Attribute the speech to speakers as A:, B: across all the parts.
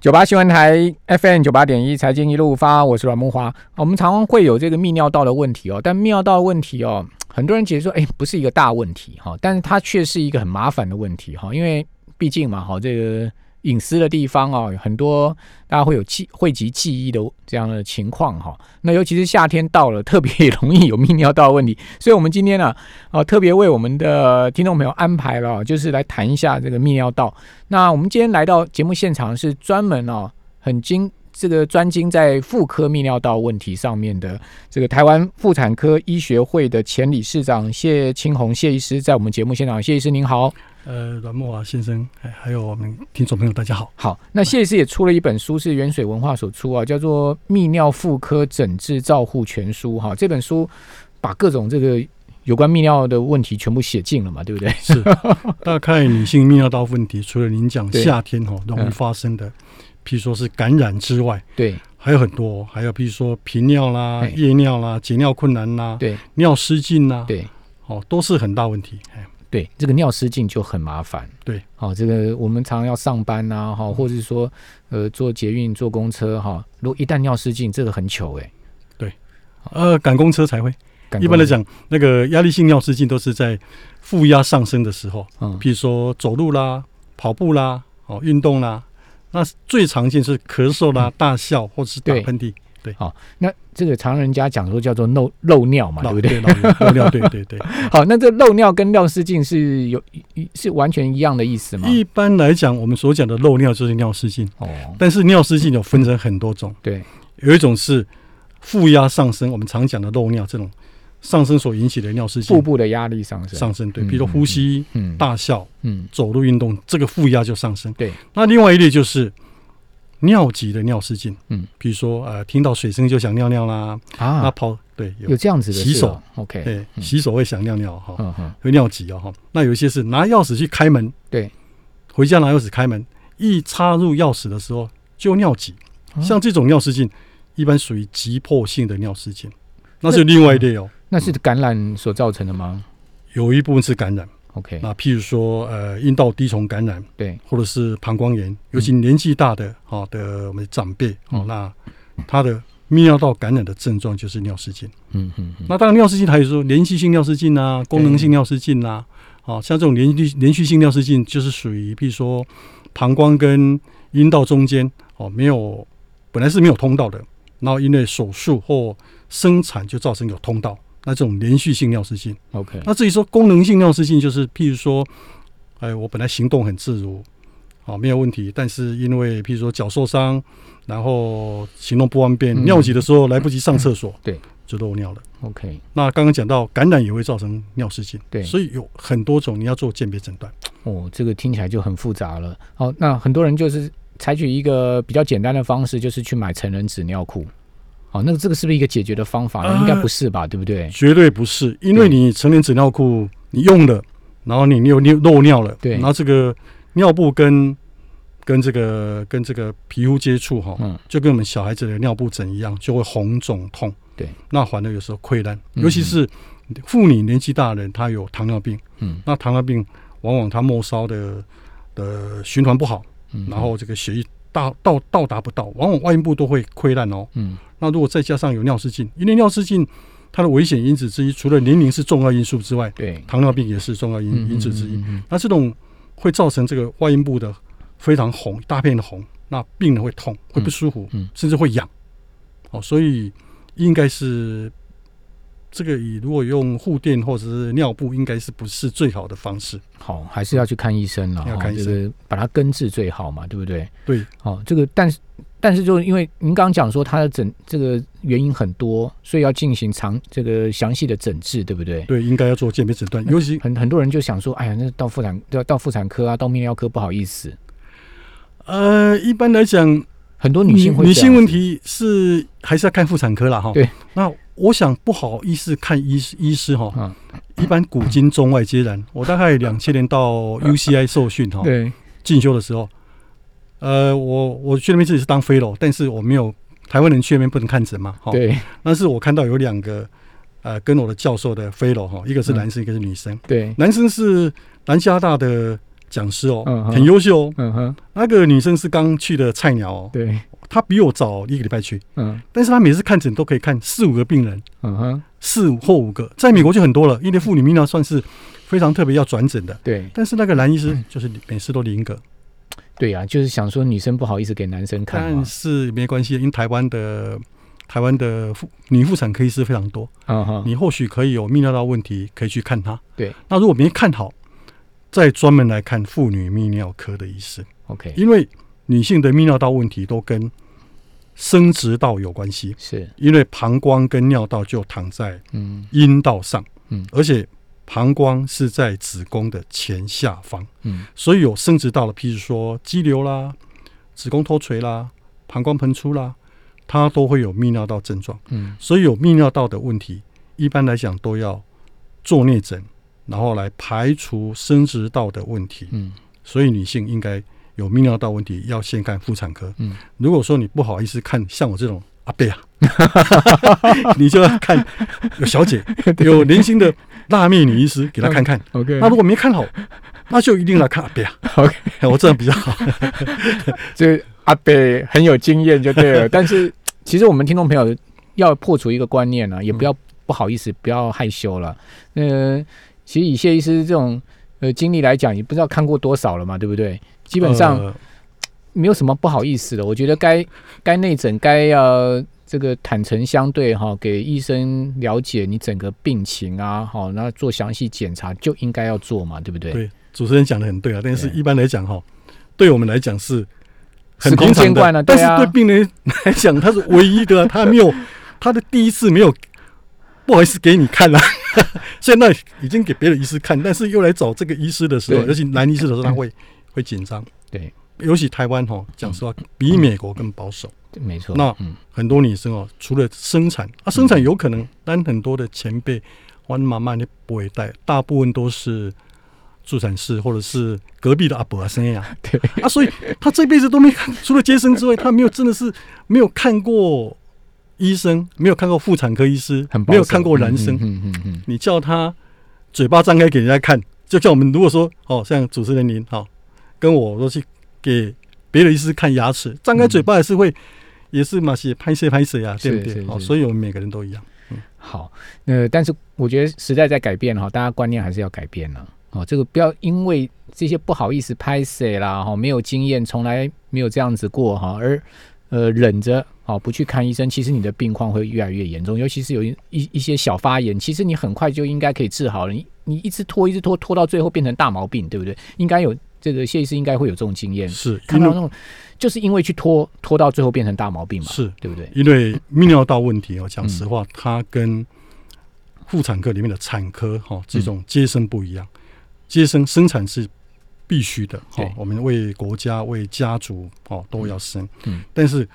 A: 九八新闻台 FM 九八点一，财经一路发，我是阮木花。我们常常会有这个泌尿道的问题哦，但泌尿道的问题哦，很多人其实说，哎，不是一个大问题哈、但是它却是一个很麻烦的问题哈、因为毕竟嘛，哈、这个隐私的地方哦，很多大家会有记汇集记忆的这样的情况哈、那尤其是夏天到了，特别容易有泌尿道的问题，所以我们今天呢、啊，特别为我们的听众朋友安排了哦，就是来谈一下这个泌尿道。那我们今天来到节目现场是专门哦，很精这个专精在妇科泌尿道问题上面的这个台湾妇产科医学会的前理事长谢青红谢医师，在我们节目现场，谢医师您好。
B: 呃，阮木华先生，哎还还有我们听众朋友，大 家好。
A: 好，那谢医师也出了一本书，是远水文化所出啊，叫做《泌尿妇科诊治照护全书》哈。这本书把各种这个有关泌尿的问题全部写尽了嘛，对不对？
B: 是，大概女性泌尿道问题，除了您讲
A: 对嗯
B: 夏天哦容易发生的，譬如说是感染之外，
A: 对
B: 还有很多哦，还有譬如说频尿啦
A: 哎、
B: 夜尿啦、解尿困难啦、
A: 对
B: 尿失禁啦，
A: 对
B: 哦，都是很大问题。哎，
A: 对，这个尿失禁就很麻烦。
B: 对，嗯
A: 好、这个我们常常要上班呐、哈、或者是说呃坐捷运、坐公车哈、如果一旦尿失禁，这个很糗哎、
B: 呃，赶公车才会。
A: 赶
B: 一
A: 快
B: 般来，讲，那个压力性尿失禁都是在负压上升的时候，
A: 嗯，
B: 譬如说走路啦、跑步啦、哦运动啦，那最常见是咳嗽啦、大笑或是打
A: 嗯对
B: 喷嚏，
A: 那这个常人家讲说叫做漏漏尿嘛，对
B: 老
A: 不对？
B: 对？老尿对 对对。
A: 好，那这漏尿跟尿失禁是有是完全一样的意思吗？
B: 一般来讲，我们所讲的漏尿就是尿失禁，
A: 哦，
B: 但是尿失禁有分成很多种，
A: 对，
B: 有一种是负压上升，我们常讲的漏尿这种上升所引起的尿失
A: 腹
B: 禁
A: 部的压力上升，
B: 上升，对，
A: 嗯
B: 譬如说呼吸、
A: 嗯，
B: 大笑、
A: 嗯，
B: 走路运动，这个负压就上升。
A: 对，
B: 那另外一类就是尿急的尿失禁，
A: 嗯，
B: 比如说呃，听到水声就想尿尿啦，那
A: 啊，
B: 跑对有
A: 有这样子的事哦
B: 洗手
A: ，OK，
B: 对
A: 嗯
B: 洗手会想尿尿哈，
A: 嗯哼，
B: 会尿急哦哈。那有一些是拿钥匙去开门，
A: 对，
B: 回家拿钥匙开门，一插入钥匙的时候就尿急，
A: 啊
B: 像这种尿失禁一般属于急迫性的尿失禁，那就另外一类哦。
A: 那是感染所造成的吗
B: 有一部分是感染，
A: ？OK，
B: 那譬如说呃阴道滴虫感染，
A: 对，
B: 或者是膀胱炎，尤其年纪大的好、哦的我们长辈哦
A: 嗯，
B: 那他的泌尿道感染的症状就是尿失禁。
A: 嗯嗯嗯，
B: 那当然，尿失禁还有说连续性尿失禁啊，功能性尿失禁啊，哦，像这种连续连续性尿失禁就是属于，譬如说膀胱跟阴道中间哦，没有本来是没有通道的，然后因为手术或生产就造成有通道，那这种连续性尿失禁。
A: OK，
B: 那至于说功能性尿失禁，就是譬如说，哎，我本来行动很自如，哦，没有问题，但是因为譬如说脚受伤，然后行动不方便，
A: 嗯
B: 尿急的时候来不及上厕所，
A: 对，
B: 就漏尿了。
A: OK，
B: 那刚刚讲到感染也会造成尿失禁，
A: 对
B: 所以有很多种你要做鉴别诊断。
A: 哦，这个听起来就很复杂了。好，那很多人就是采取一个比较简单的方式，就是去买成人纸尿裤。好，那这个是不是一个解决的方法？
B: 啊
A: 应该不是吧，对不对？
B: 绝对不是，因
A: 对
B: 为你成人纸尿裤你用了，然后你你有尿漏尿了，
A: 对
B: 然后这个尿布跟跟这个跟这个皮肤接触哈，
A: 嗯
B: 就跟我们小孩子的尿布疹一样，就会红肿痛。
A: 对，
B: 那反而有时候溃烂，
A: 嗯
B: 尤其是妇女年纪大的人，她有糖尿病，
A: 嗯
B: 那糖尿病往往她末梢的的循环不好，
A: 嗯，
B: 然后这个血液到到到达不到，往往外阴部都会溃烂哦。
A: 嗯
B: 那如果再加上有尿失禁，因为尿失禁它的危险因子之一，除了年龄是重要因素之外，
A: 对，
B: 糖尿病也是重要因
A: 嗯
B: 因子之一。
A: 嗯嗯
B: 那这种会造成这个外阴部的非常红，一大片的红，那病人会痛，会不舒服，
A: 嗯嗯
B: 甚至会痒。哦，所以应该是这个以如果用护垫或者是尿布，应该是不是最好的方式？
A: 好，还是要去看医生了。
B: 要
A: 哈
B: 看医
A: 这
B: 生
A: 个把它根治最好嘛，对不对？
B: 对，
A: 好、这个但是但是就是因为您刚刚讲说它的诊这个原因很多，所以要进行长这个详细的诊治，对不对？
B: 对，应该要做鉴别 诊断，尤其
A: 很很多人就想说，哎呀，那到妇产要到妇产科啊，到泌尿科不好意思，
B: 呃，一般来讲，
A: 很哦多女性会
B: 女
A: 这
B: 性
A: 样
B: 问
A: 子，
B: 题是还是要看妇产科啦哈。
A: 对，
B: 那我想不好意思看医师医师哈，
A: 嗯
B: 一般古今中外 皆然。我大概两千年到 UCI 受训哈，
A: 对，
B: 进修的时候，呃，我我去那边自己是当 fellow，但是我没有台湾人去那边不能看诊嘛哈。
A: 对
B: 但是我看到有两个呃跟
A: 嗯
B: 我的教授的 fellow 哈，一个是男生，一个是女生。
A: 对
B: 男生是南加大的讲师哦
A: 嗯，嗯
B: 很优秀哦。
A: 嗯哼，
B: 那个女生是刚去的菜鸟哦，
A: 对，
B: 她比我早一个礼拜去，
A: 嗯
B: 但是她每次看诊都可以看四五个病人，
A: 嗯哼，
B: 四五或五个，在美国就很多
A: 嗯
B: 了，因为妇女泌尿算是非常特别要转诊的。
A: 对
B: 但是那个男医
A: 嗯
B: 师就是每次都零个，
A: 对啊，就是想说女生不好意思给男生看嘛
B: 但，是没关系，因为台湾的台湾的妇女妇产科医师非常多，
A: 嗯哼，
B: 你或许可以有泌尿道问题，可以去看他。
A: 对，
B: 那如果没看好，再专门来看妇女泌尿科的医师，
A: OK，
B: 因为女性的泌尿道问题都跟生殖道有关系，
A: 是，
B: 因为膀胱跟尿道就躺在
A: 嗯
B: 阴道上，
A: 嗯
B: 而且膀胱是在子宫的前下方，
A: 嗯
B: 所以有生殖道的，譬如说肌瘤啦、子宫脱垂啦、膀胱膨出啦，它都会有泌尿道症状。
A: 嗯
B: 所以有泌尿道的问题，一般来讲都要做内诊，然后来排除生殖道的问题。
A: 嗯
B: 所以女性应该有泌尿道问题，要先看妇产科。
A: 嗯，
B: 如果说你不好意思看像我这种阿伯啊， 你就要看有小姐、有年轻的辣妹女医师给她看看。
A: ，OK，
B: 那如果没看好，那就一定来看阿伯啊。
A: OK
B: 我这样比较好。
A: 这阿北很有经验就 对了，但是其实我们听众朋友要破除一个观念呢、啊也不要不好意思，不要害羞了。呃，其实以谢医师这种呃经历来讲，也不知道看过多少了嘛，对不对？基
B: 基
A: 本上
B: 呃
A: 没有什么不好意思的，我觉得该该内诊该要、这个坦诚相对哈、给医生了解你整个病情啊，好、那做详细检查就应该要做嘛，对不对？
B: 对主持人讲的很对啊，但是
A: 对
B: 一般来讲哈，对我们来讲是很
A: 司空
B: 平常
A: 见惯了
B: 但
A: 对啊
B: 是对病人来讲，他是唯一的啊，他没有 他的第一次没有不好意思给你 看了、啊现在已经给别的医师看，但是又来找这个医师的时候，
A: 对
B: 尤其男医师的时候，他会、会紧张。
A: 对，
B: 尤其台湾哈，讲实话比美国更保守，
A: 没错。
B: 那
A: 嗯
B: 很多女生哦，除了生产啊，生产有可能，但很多的前辈，我妈妈你不会带，大部分都是助产士或者是隔壁的阿伯啊生呀、
A: 对
B: 啊，所以他这辈子都没看， 除了接生之外，他没有真的是没有看过医生，没有看过妇产科医师
A: 很，保
B: 没有
A: 守
B: 看过男生，
A: 嗯嗯嗯嗯
B: 你叫他嘴巴张开给人家看，就像我们如果说哦，像主持人您好、哦，跟我都去给别的医师看牙齿，张开嘴巴也是会，也是嘛是拍摄拍摄呀，
A: 是
B: 对不
A: 是
B: 对？哦，
A: 是
B: 所以我们每个人都一样。
A: 好，呃，但是我觉得时代在改变哈，大家观念还是要改变了。哦，这个不要因为这些不好意思拍谁啦，哦哈、没有经验，从来没有这样子过哈、而呃忍着哦不去看医生，其实你的病况会越来越严重，尤其是有一一一些小发炎，其实你很快就应该可以治好了，你你一直拖一直拖，拖到最后变成大毛病，对不对？应该有这个谢医师应该会有这种经验，
B: 是
A: 看
B: 因
A: 到
B: 为
A: 那种就是因为去拖拖到最后变成大毛病嘛，
B: 是
A: 对不对？
B: 因为泌尿道问题哦，讲实话，它跟妇产科里面的产科
A: 嗯
B: 哈、哦、这种接生不一样，接生生产是必须的哈、
A: 对
B: 哦，我们为国家为家族哦都要生，
A: 嗯
B: 但是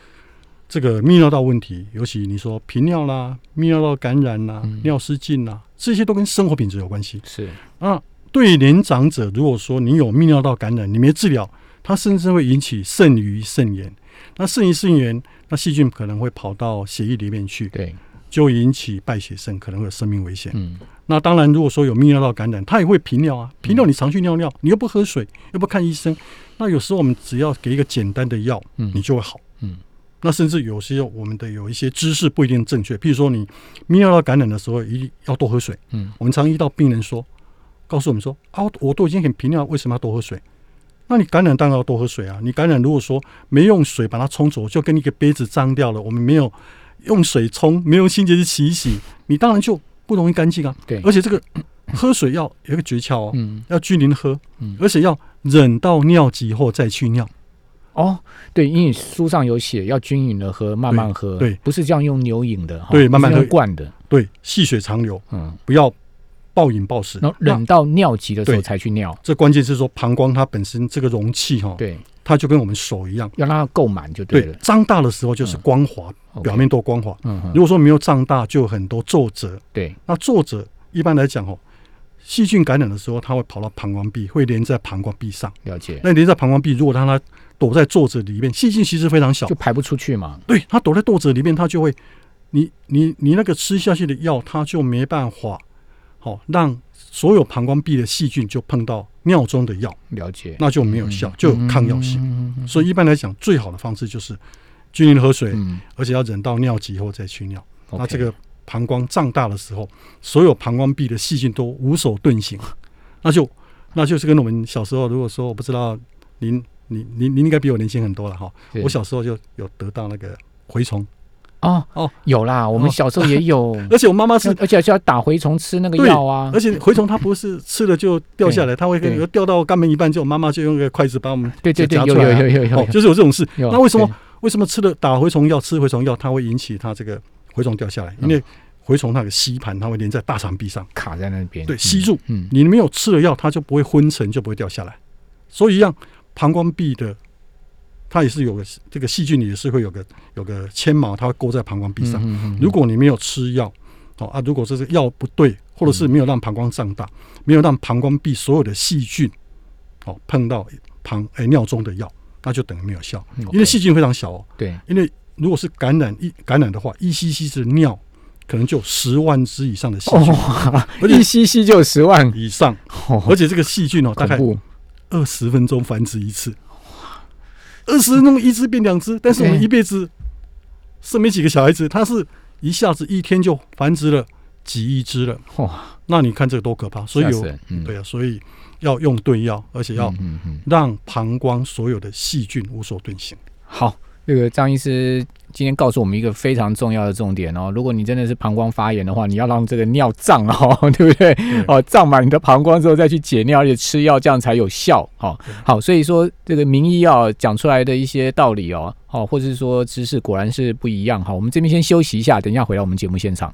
B: 这个泌尿道问题，尤其你说频尿啦、泌尿道感染啦、
A: 嗯
B: 尿失禁啦，这些都跟生活品质有关系。
A: 是，
B: 那对年长者，如果说你有泌尿道感染，你没治疗，它甚至会引起肾盂肾炎。那肾盂肾炎，那细菌可能会跑到血液里面去，
A: 对，
B: 就引起败血症，可能会有生命危险。
A: 嗯，
B: 那当然，如果说有泌尿道感染，它也会频尿啊，频尿你常去尿尿，你又不喝水，又不看医生，那有时候我们只要给一个简单的药，
A: 嗯
B: 你就会好。
A: 嗯，
B: 那甚至有些我们的有一些知识不一定正确，譬如说你泌尿道感染的时候，一定要多喝水。
A: 嗯，
B: 我们常遇到病人说，告诉我们说啊，我都已经很频尿，为什么要多喝水？那你感染当然要多喝水啊！你感染如果说没用水把它冲走，就跟一个杯子脏掉了，我们没有用水冲，没有用清洁剂洗一洗，你当然就不容易干净啊。
A: 对，
B: 而且这个 喝水要有一个诀窍哦，
A: 嗯。
B: 要均匀喝，
A: 嗯
B: 而且要忍到尿急后再去尿。
A: 哦，对，因为书上有写要均匀的喝，慢慢喝，
B: 对对
A: 不是这样用牛饮的，哈
B: 对慢慢
A: 不是
B: 喝
A: 用灌的，
B: 对，细水长流，
A: 嗯，
B: 不要暴饮暴食。
A: 然后忍到尿急的时候
B: 对
A: 才去尿，
B: 这关键是说膀胱它本身这个容器哈、哦，
A: 对，
B: 它就跟我们手一样，
A: 要让它够满就
B: 对，
A: 了，嗯
B: 胀大的时候就是光滑，
A: OK
B: 表，面都光滑。
A: 嗯哼，
B: 如果说没有胀大，就有很多皱褶。
A: 对，
B: 那皱褶一般来讲哦，细菌感染的时候，它会跑到膀胱壁，会连在膀胱壁上。
A: 了解，
B: 那连在膀胱壁，如果让它躲在皱褶里面，细菌其实非常小
A: 就，排不出去嘛，
B: 对，它躲在肚子里面，它就会，你你你那个吃下去的药，它就没办法，好、让所有膀胱壁的细菌就碰到尿中的药，
A: 了解，
B: 那就没有效，就有抗药性。
A: 嗯。嗯嗯嗯
B: 所以一般来讲，最好的方式就是均匀喝水，
A: 嗯，
B: 而且要忍到尿急后再去尿。那
A: OK
B: 这个膀胱胀大的时候，所有膀胱壁的细菌都无所遁形， 那就那就是跟我们小时候，如果说我不知道您您您您应该比我年轻很多了哈，
A: 是
B: 我小时候就有得到那个蛔虫，
A: 哦哦
B: 哦，
A: 有啦，我们
B: 哦
A: 小时候也 有，
B: 而且我妈妈是
A: 而且是要打蛔虫吃那个
B: 对
A: 药啊
B: 而。且蛔虫它不是吃了就掉下来，它会
A: 对
B: 掉到肛门一半，就我妈妈就用个筷子把我们
A: 对对对，
B: 夹
A: 有
B: 出
A: 有
B: 来啊
A: 有 有有
B: 哦，就是有这种事。
A: 有。
B: 那为什么
A: 对？
B: 为什么吃了打蛔虫药、吃蛔虫药，它会引起它这个蛔虫掉下来？
A: 嗯
B: 因为蛔虫那个吸盘，它会连在大肠壁上，
A: 卡在那边？
B: 对，
A: 嗯
B: 吸住。
A: 嗯，
B: 你没有吃了药，它就不会昏沉，就不会掉下来。所以一样，膀胱壁的它也是有个这个细菌，也是会有个有个纤毛，它会勾在膀胱壁上。
A: 嗯嗯嗯
B: 如果你没有吃药，哦啊，如果这是药不对，或者是没有让膀胱胀大，没有让膀胱壁所有的细菌，哦碰到膀诶、尿中的药，那就等于没有效，
A: 嗯，OK，
B: 因为细菌非常小哦。
A: 对
B: 因为如果是感染一感染的话，，E 一 cc 的尿可能就十万只以上的细菌、
A: 哦，
B: 而且
A: 一吸吸就十 万，
B: 以上，而
A: 哦，
B: 且这个细菌哦，大
A: 恐
B: 概
A: 怖。
B: 二十分钟繁殖一次，二十分钟一只变两只，但是我们
A: 对
B: 一辈子是没几个小孩子，他是一下子一天就繁殖了几亿只了。
A: 哇，
B: 那你看这个多可怕！所以
A: 吓
B: 有
A: 死人，嗯，
B: 对啊，所以要用对药，而且要
A: 嗯嗯嗯，
B: 让膀胱所有的细菌无所遁形。
A: 好，那个张医师今天告诉我们一个非常重要的重点哦，如果你真的是膀胱发炎的话，你要让这个尿胀哦， 对不对？哦，胀满你的膀胱之后再去解尿，而且吃药，这样才有效。哦，好，所以说这个名医药讲出来的一些道理哦，哦，或者是说知识果然是不一样。好，我们这边先休息一下，等一下回到我们节目现场。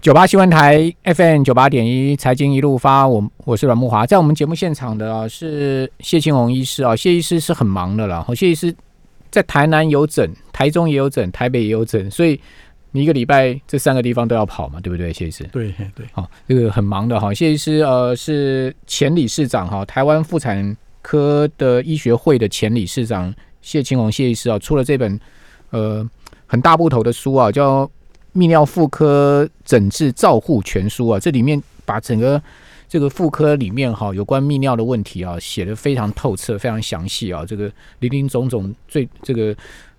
A: 九八新闻台 FM 九八点一财经一路发，我我是阮木华，在我们节目现场的啊是谢庆红医师啊，谢医师是很忙的啦，哦谢医师在台南有诊，台中也有诊，台北也有诊，所以你一个礼拜这三个地方都要跑嘛，对不对，谢医师？
B: 对嘿对，
A: 好、这个很忙的哈。谢医师呃是前理事长哈、台湾妇产科的医学会的前理事长谢青红谢医师啊、出了这本呃很大部头的书啊，叫《泌尿妇科诊治照护全书》啊，这里面把整个这个妇科里面哈、有关泌尿的问题啊，写的非常透彻，非常详细啊，这个林林总总最这个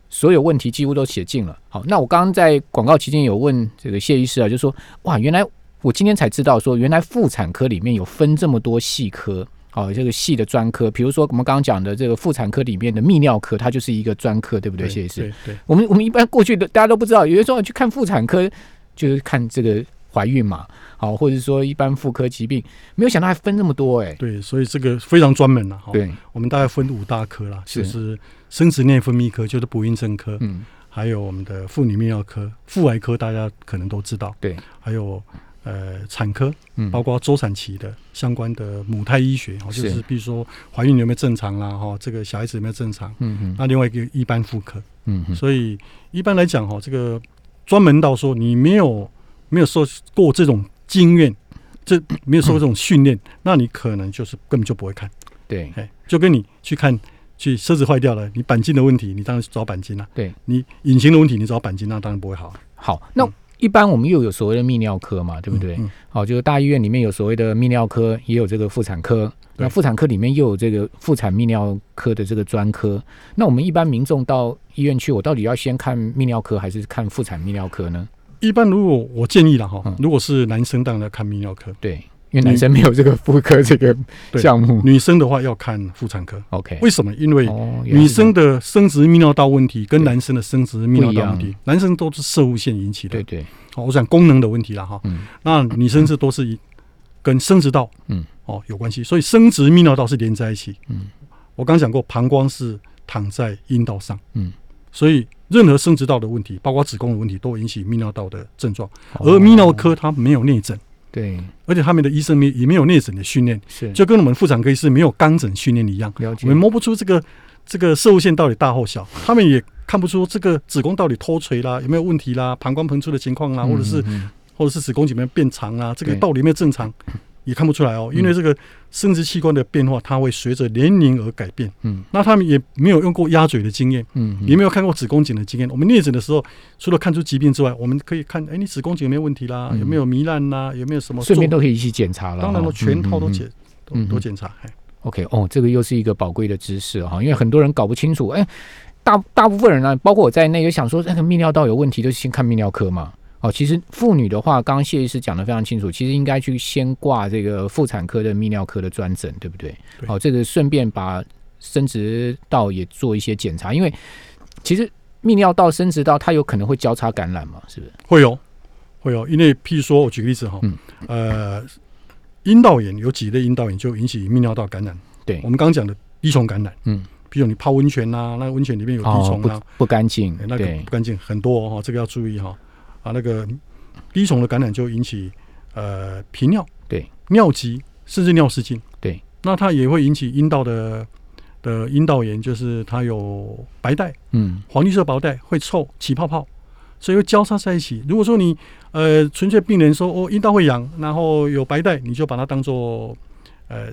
A: 所有问题几乎都写尽了。好，那我刚刚在广告期间有问这个谢医师啊，就说哇，原来我今天才知道说，原来妇产科里面有分这么多细科。哦，这个细的专科，比如说我们刚刚讲的这个妇产科里面的泌尿科，它就是一个专科，对不对，谢医师？
B: 对对
A: 我们我们一般过去的大家都不知道，有的时候去看妇产科就是看这个怀孕嘛，好，或者说一般妇科疾病，没有想到还分这么多哎、
B: 对，所以这个非常专门了啊哈。
A: 对，
B: 我们大概分五大科啦，
A: 是
B: 就是生殖内分泌科，就是不孕症科，
A: 嗯，
B: 还有我们的妇女泌尿科、妇癌科，大家可能都知道。
A: 对，
B: 还有呃产科，
A: 嗯
B: 包括周产期的相关的母胎医学，哦，就是是比如说怀孕有没有正常啦，哈，这个小孩子有没有正常。
A: 嗯嗯
B: 那另外一个一般妇科，
A: 嗯嗯，
B: 所以一般来讲哦哈，这个专门到说你没有没有受过这种经验，这没有受过这种训练，那你可能就是根本就不会看。
A: 对，
B: 哎，就跟你去看去车子坏掉了，你钣金的问题，你当然去找钣金啦、
A: 对
B: 你引擎的问题，你找钣金，那当然不会好啊，
A: 好，那一般我们又有所谓的泌尿科嘛，对不对？
B: 嗯嗯
A: 好，就是大医院里面有所谓的泌尿科，也有这个妇产科。
B: 对
A: 那妇产科里面又有这个妇产泌尿科的这个专科。那我们一般民众到医院去，我到底要先看泌尿科还是看妇产泌尿科呢？
B: 一般如果我建议了哈
A: 嗯，
B: 如果是男生当然要看泌尿科，
A: 对，因为男生没有这个妇科这个
B: 嗯对
A: 项目。
B: 女生的话要看妇产科。
A: OK，
B: 为什么？因为
A: 哦，原来
B: 女
A: 是这样
B: 生的生殖泌尿道问题跟
A: 对
B: 男生的生殖泌尿道问
A: 不一
B: 题，男生都是射物腺引起的
A: 对，对，
B: 哦，我讲功能的问题了哈。
A: 嗯
B: 那女生是都是以跟生殖道，
A: 嗯，
B: 哦有关系，所以生殖泌尿道是连在一起。
A: 嗯，
B: 我刚讲过，膀胱是躺在阴道上，
A: 嗯，
B: 所以任何生殖道的问题，包括子宫的问题，都会引起泌尿道的症状。而
A: 哦
B: 泌尿科它没有内诊，
A: 对
B: 而且他们的医生没也没有内诊的训练，
A: 是
B: 就跟我们妇产科医师没有肛诊训练一样，
A: 了解
B: 我们摸不出这个这个射物线到底大或小，他们也看不出这个子宫到底脱垂啦，有没有问题啦，膀胱膨出的情况啦，或者是
A: 嗯嗯嗯
B: 或者是子宫颈有没有变长啊，这个
A: 对嗯
B: 到底有没有正常，也看不出来哦，因为这个生殖器官的变化，它会随着年龄而改变。
A: 嗯
B: 那他们也没有用过鸭嘴的经验，
A: 嗯，
B: 也没有看过子宫颈的经验。我们镊子的时候，除了看出疾病之外，我们可以看，哎、你子宫颈有没有问题啦？
A: 嗯
B: 有没有糜烂啦？有没有什么？
A: 顺便都可以一起检查了。
B: 当然
A: 哦
B: 了，全套
A: 嗯嗯
B: 都。
A: 嗯
B: 检、
A: 嗯嗯
B: 都都检查。哎
A: OK，哦，这个又是一个宝贵的知识哈，因为很多人搞不清楚，哎，大大部分人呢、包括我在内，就想说那个泌尿道有问题，就先看泌尿科嘛。哦，其实妇女的话，刚刚谢医师讲的非常清楚，其实应该去先挂这个妇产科的泌尿科的专诊，对不对？
B: 对
A: 哦，这个顺便把生殖道也做一些检查，因为其实泌尿道、生殖道它有可能会交叉感染嘛，是不是？
B: 会有，会有，因为譬如说，我举个例子哈，
A: 嗯
B: 呃，阴道炎有几类阴道炎就引起泌尿道感染。
A: 对
B: 我们刚刚讲的滴虫感染，
A: 嗯，
B: 比如你泡温泉啊呐、那个温泉里面有滴
A: 哦，
B: 虫
A: 不
B: 啊，
A: 不干净
B: 哎，那个
A: 对
B: 不，干净很多哦，这个要注意哈、啊，那个滴虫的感染就引起呃频尿，
A: 对，
B: 尿急，甚至尿失禁，
A: 对，
B: 那它也会引起阴道的的阴道炎，就是它有白带。
A: 嗯
B: 黄绿色薄带会臭起泡泡，所以会交叉在一起。如果说你呃纯粹病人说哦阴道会痒，然后有白带，你就把它当做呃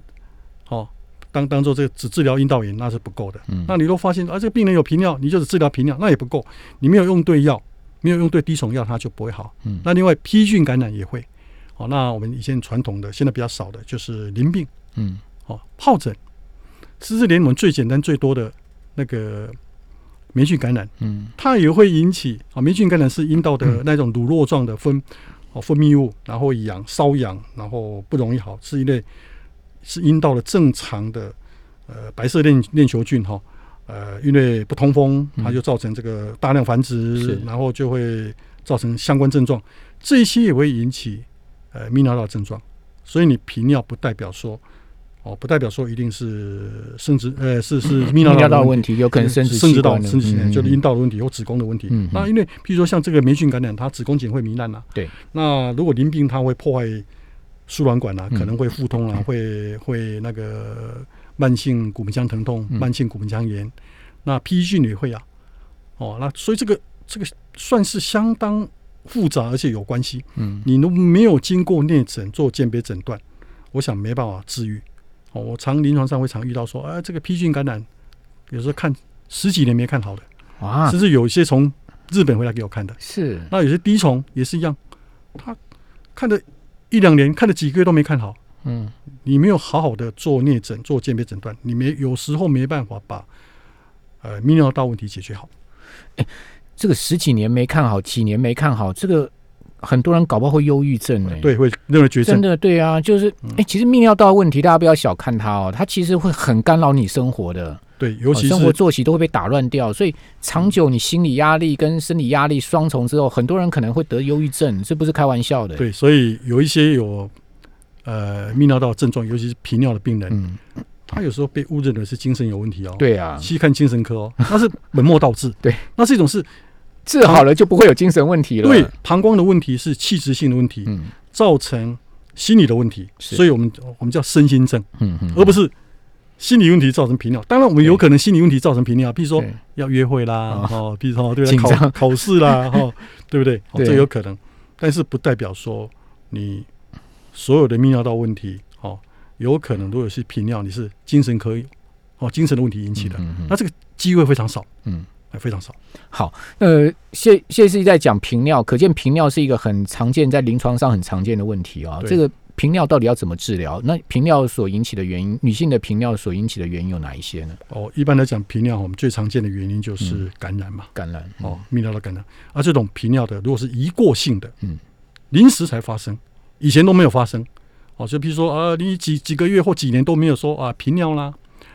B: 哦当当做这个只治疗阴道炎那是不够的。
A: 嗯，
B: 那你都发现啊这个病人有频尿，你就只治疗频尿那也不够，你没有用对药，没有用对滴虫药，它就不会好。
A: 嗯
B: 那另外披菌感染也会。哦，那我们以前传统的，现在比较少的就是淋病。
A: 嗯
B: 哦，疱疹，甚至连我们最简单最多的那个霉菌感染，
A: 嗯
B: 它也会引起啊，霉菌感染是阴道的那种乳酪状的分哦分泌物，然后痒瘙痒，然后不容易好，是一类是阴道的正常的呃白色链链球菌哈、呃，因为不通风，
A: 嗯
B: 它就造成这个大量繁殖
A: 是，
B: 然后就会造成相关症状，这些也会引起呃泌尿道症状，所以你频尿不代表说。哦，不代表说一定是生殖，呃，是是泌
A: 泌
B: 尿
A: 尿
B: 道
A: 道
B: 的
A: 的
B: 问题
A: 问题有可能生殖
B: 甚
A: 器
B: 至到
A: 官的
B: 生殖器
A: 嗯
B: 官
A: 嗯
B: 就是
A: 嗯
B: 阴道的问题或子宫的问题。
A: 嗯嗯
B: 那因为譬如说像这个霉菌感染，它子宫颈会糜烂啊。
A: 对。
B: 那如果淋病，它会破坏输卵管啊，
A: 嗯
B: 可能会腹痛啊，会会那个慢性骨盆腔疼痛、
A: 嗯
B: 慢性骨盆腔炎。那披菌也会啊。哦，那所以这个这个算是相当复杂，而且有关系。
A: 嗯
B: 你都没有经过内诊做鉴别诊断，我想没办法治愈。哦，我常临床上会常遇到说，啊，这个披菌感染，有时候看十几年没看好的，
A: 哇，
B: 甚至有一些从日本回来给我看的。
A: 是
B: 那有些滴虫也是一样，他看了一两年，看了几个月都没看好。
A: 嗯
B: 你没有好好的做内诊、做鉴别诊断，你没有时候没办法把呃泌尿道问题解决好。，
A: 这个十几年没看好，几年没看好，这个很多人搞不好会忧郁症哎、，
B: 对，会认为绝症嗯
A: 真。的对啊，就是哎、其实泌尿道的问题，大家不要小看它哦，它其实会很干扰你生活的，
B: 对，尤
A: 哦
B: 其
A: 生活
B: 是
A: 作息都会被打乱掉，所以长久你心理压力跟生理压力双重之后，很多人可能会得忧郁症，这不是开玩笑的。，
B: 对，所以有一些有呃泌尿道症状，尤其是频尿的病人，
A: 嗯，
B: 他有时候被误认为是精神有问题哦。，
A: 对啊，
B: 去看精神科哦，那是本末倒置。
A: 对，
B: 那是一种是
A: 治好了就不会有精神问题了。
B: 对膀胱的问题，是器质性的问题，
A: 嗯，
B: 造成心理的问题，
A: 是
B: 所以我们我们叫身心症，
A: 嗯嗯，
B: 而不是。心理问题造成频尿，当然我们
A: 对
B: 有可能心理问题造成频尿，譬如说
A: 对
B: 要约会啦，哦，譬如说 对
A: 紧
B: 吧考
A: 张
B: 考试啦，哦， 对不对？哦
A: 对
B: 这有可能，但是不代表说你所有的泌尿道问题，哦，有可能如果是频尿，你是精神科哦精神的问题引起的，
A: 嗯嗯嗯
B: 那这个机会非常少，
A: 嗯，
B: 哎，非常少。
A: 好，呃，谢谢是在讲频尿，可见频尿是一个很常见，在临床上很常见的问题啊、
B: 对
A: 这个频尿到底要怎么治疗？那频尿所引起的原因，女性的频尿所引起的原因有哪一些呢？
B: 哦，一般来讲，频尿我们最常见的原因就是
A: 嗯
B: 感染嘛，
A: 感染
B: 哦，，泌尿道感染。而、这种频尿的，如果是一过性的，
A: 嗯，
B: 临时才发生，以前都没有发生。哦，就比如说呃，你几几个月或几年都没有说啊频尿啦，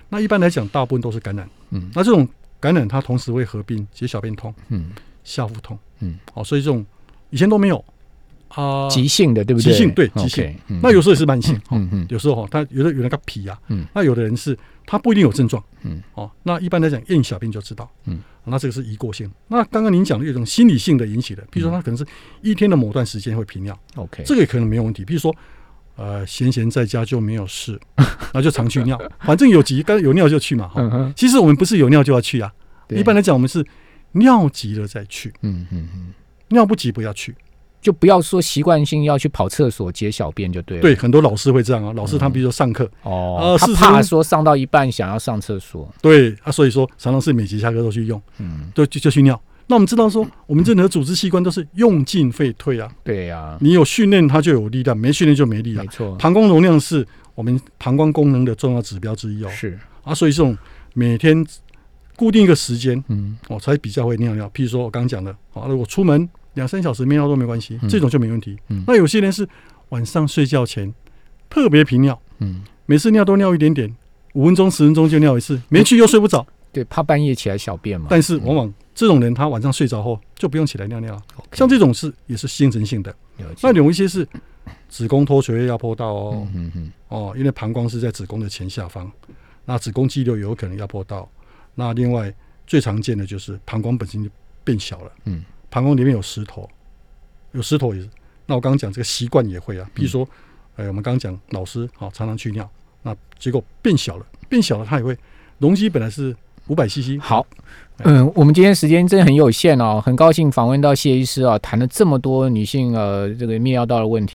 B: 那一般来讲，大部分都是感染。
A: 嗯
B: 那这啊种感染，它同时会合并血小便痛、
A: 嗯
B: 下腹痛，
A: 嗯，
B: 哦，所以这种以前都没有啊。
A: 急性的对不对？
B: 急性对
A: OK，
B: 急性
A: 嗯
B: 那有时候也是慢性，哦
A: 嗯嗯
B: 有时候哦它有的有那个皮啊，
A: 嗯，
B: 那有的人是他不一定有症状，
A: 嗯，
B: 哦，那一般来讲验小便就知道，哦
A: 嗯，
B: 那这个是一过性。那刚刚您讲的有一种心理性的引起的，比
A: 嗯
B: 如说他可能是一天的某段时间会频尿，
A: OK，
B: 这个也可能没有问题。比如说，呃，闲闲在家就没有事， 那就常去尿，反正有急，刚有尿就去嘛。哈，
A: 嗯哼，
B: 其实我们不是有尿就要去啊，
A: 对
B: 一般来讲我们是尿急了再去，
A: 嗯嗯嗯
B: 尿不急不要去。
A: 就不要说习惯性要去跑厕所解小便就对嗯了。
B: 对，很多老师会这样啊，老师他比如说上课，
A: 哦，
B: 呃
A: 他
B: 是
A: 怕
B: 从
A: 说上到一半想要上厕所，
B: 对啊，所以说常常是每节下课都去用，
A: 嗯，
B: 对，就就去尿。那我们知道说，我们人的组织器官都是用进废退啊，
A: 对呀、
B: 你有训练它就有力量，没训练就没力量
A: 没。错，
B: 膀胱容量是我们膀胱功能的重要指标之一哦，
A: 是，
B: 啊，所以这种每天固定一个时间
A: 嗯，
B: 哦，才比较会尿尿。譬如说我刚讲的，哦，如果出门两三小时没尿都没关系，
A: 嗯
B: 这种就没问题。
A: 嗯
B: 那有些人是晚上睡觉前特别频尿，
A: 嗯，
B: 每次尿都尿一点点，五分钟十分钟就尿一次，没去又睡不着。
A: 对，怕半夜起来小便嘛。
B: 但是往往这种人他晚上睡着后就不用起来尿尿了，
A: OK，
B: 像这种是也是新陈性的。
A: 了解
B: 那有一些是子宫脱垂压迫到哦，
A: 嗯嗯嗯，
B: 哦，因为膀胱是在子宫的前下方，那子宫肌瘤有可能压迫到。那另外最常见的就是膀胱本身就变小了，
A: 嗯，
B: 膀胱里面有石头，有石头也是。那我刚刚讲这个习惯也会
A: 嗯
B: 啊，比如说，呃，我们刚刚讲老师啊、哦常常去尿，那结果变小了，变小了它也会，容积本来是五百 CC，
A: 好。嗯，我们今天时间真的很有限哦，很高兴访问到谢医师啊，谈了这么多女性呃这个泌尿道的问题。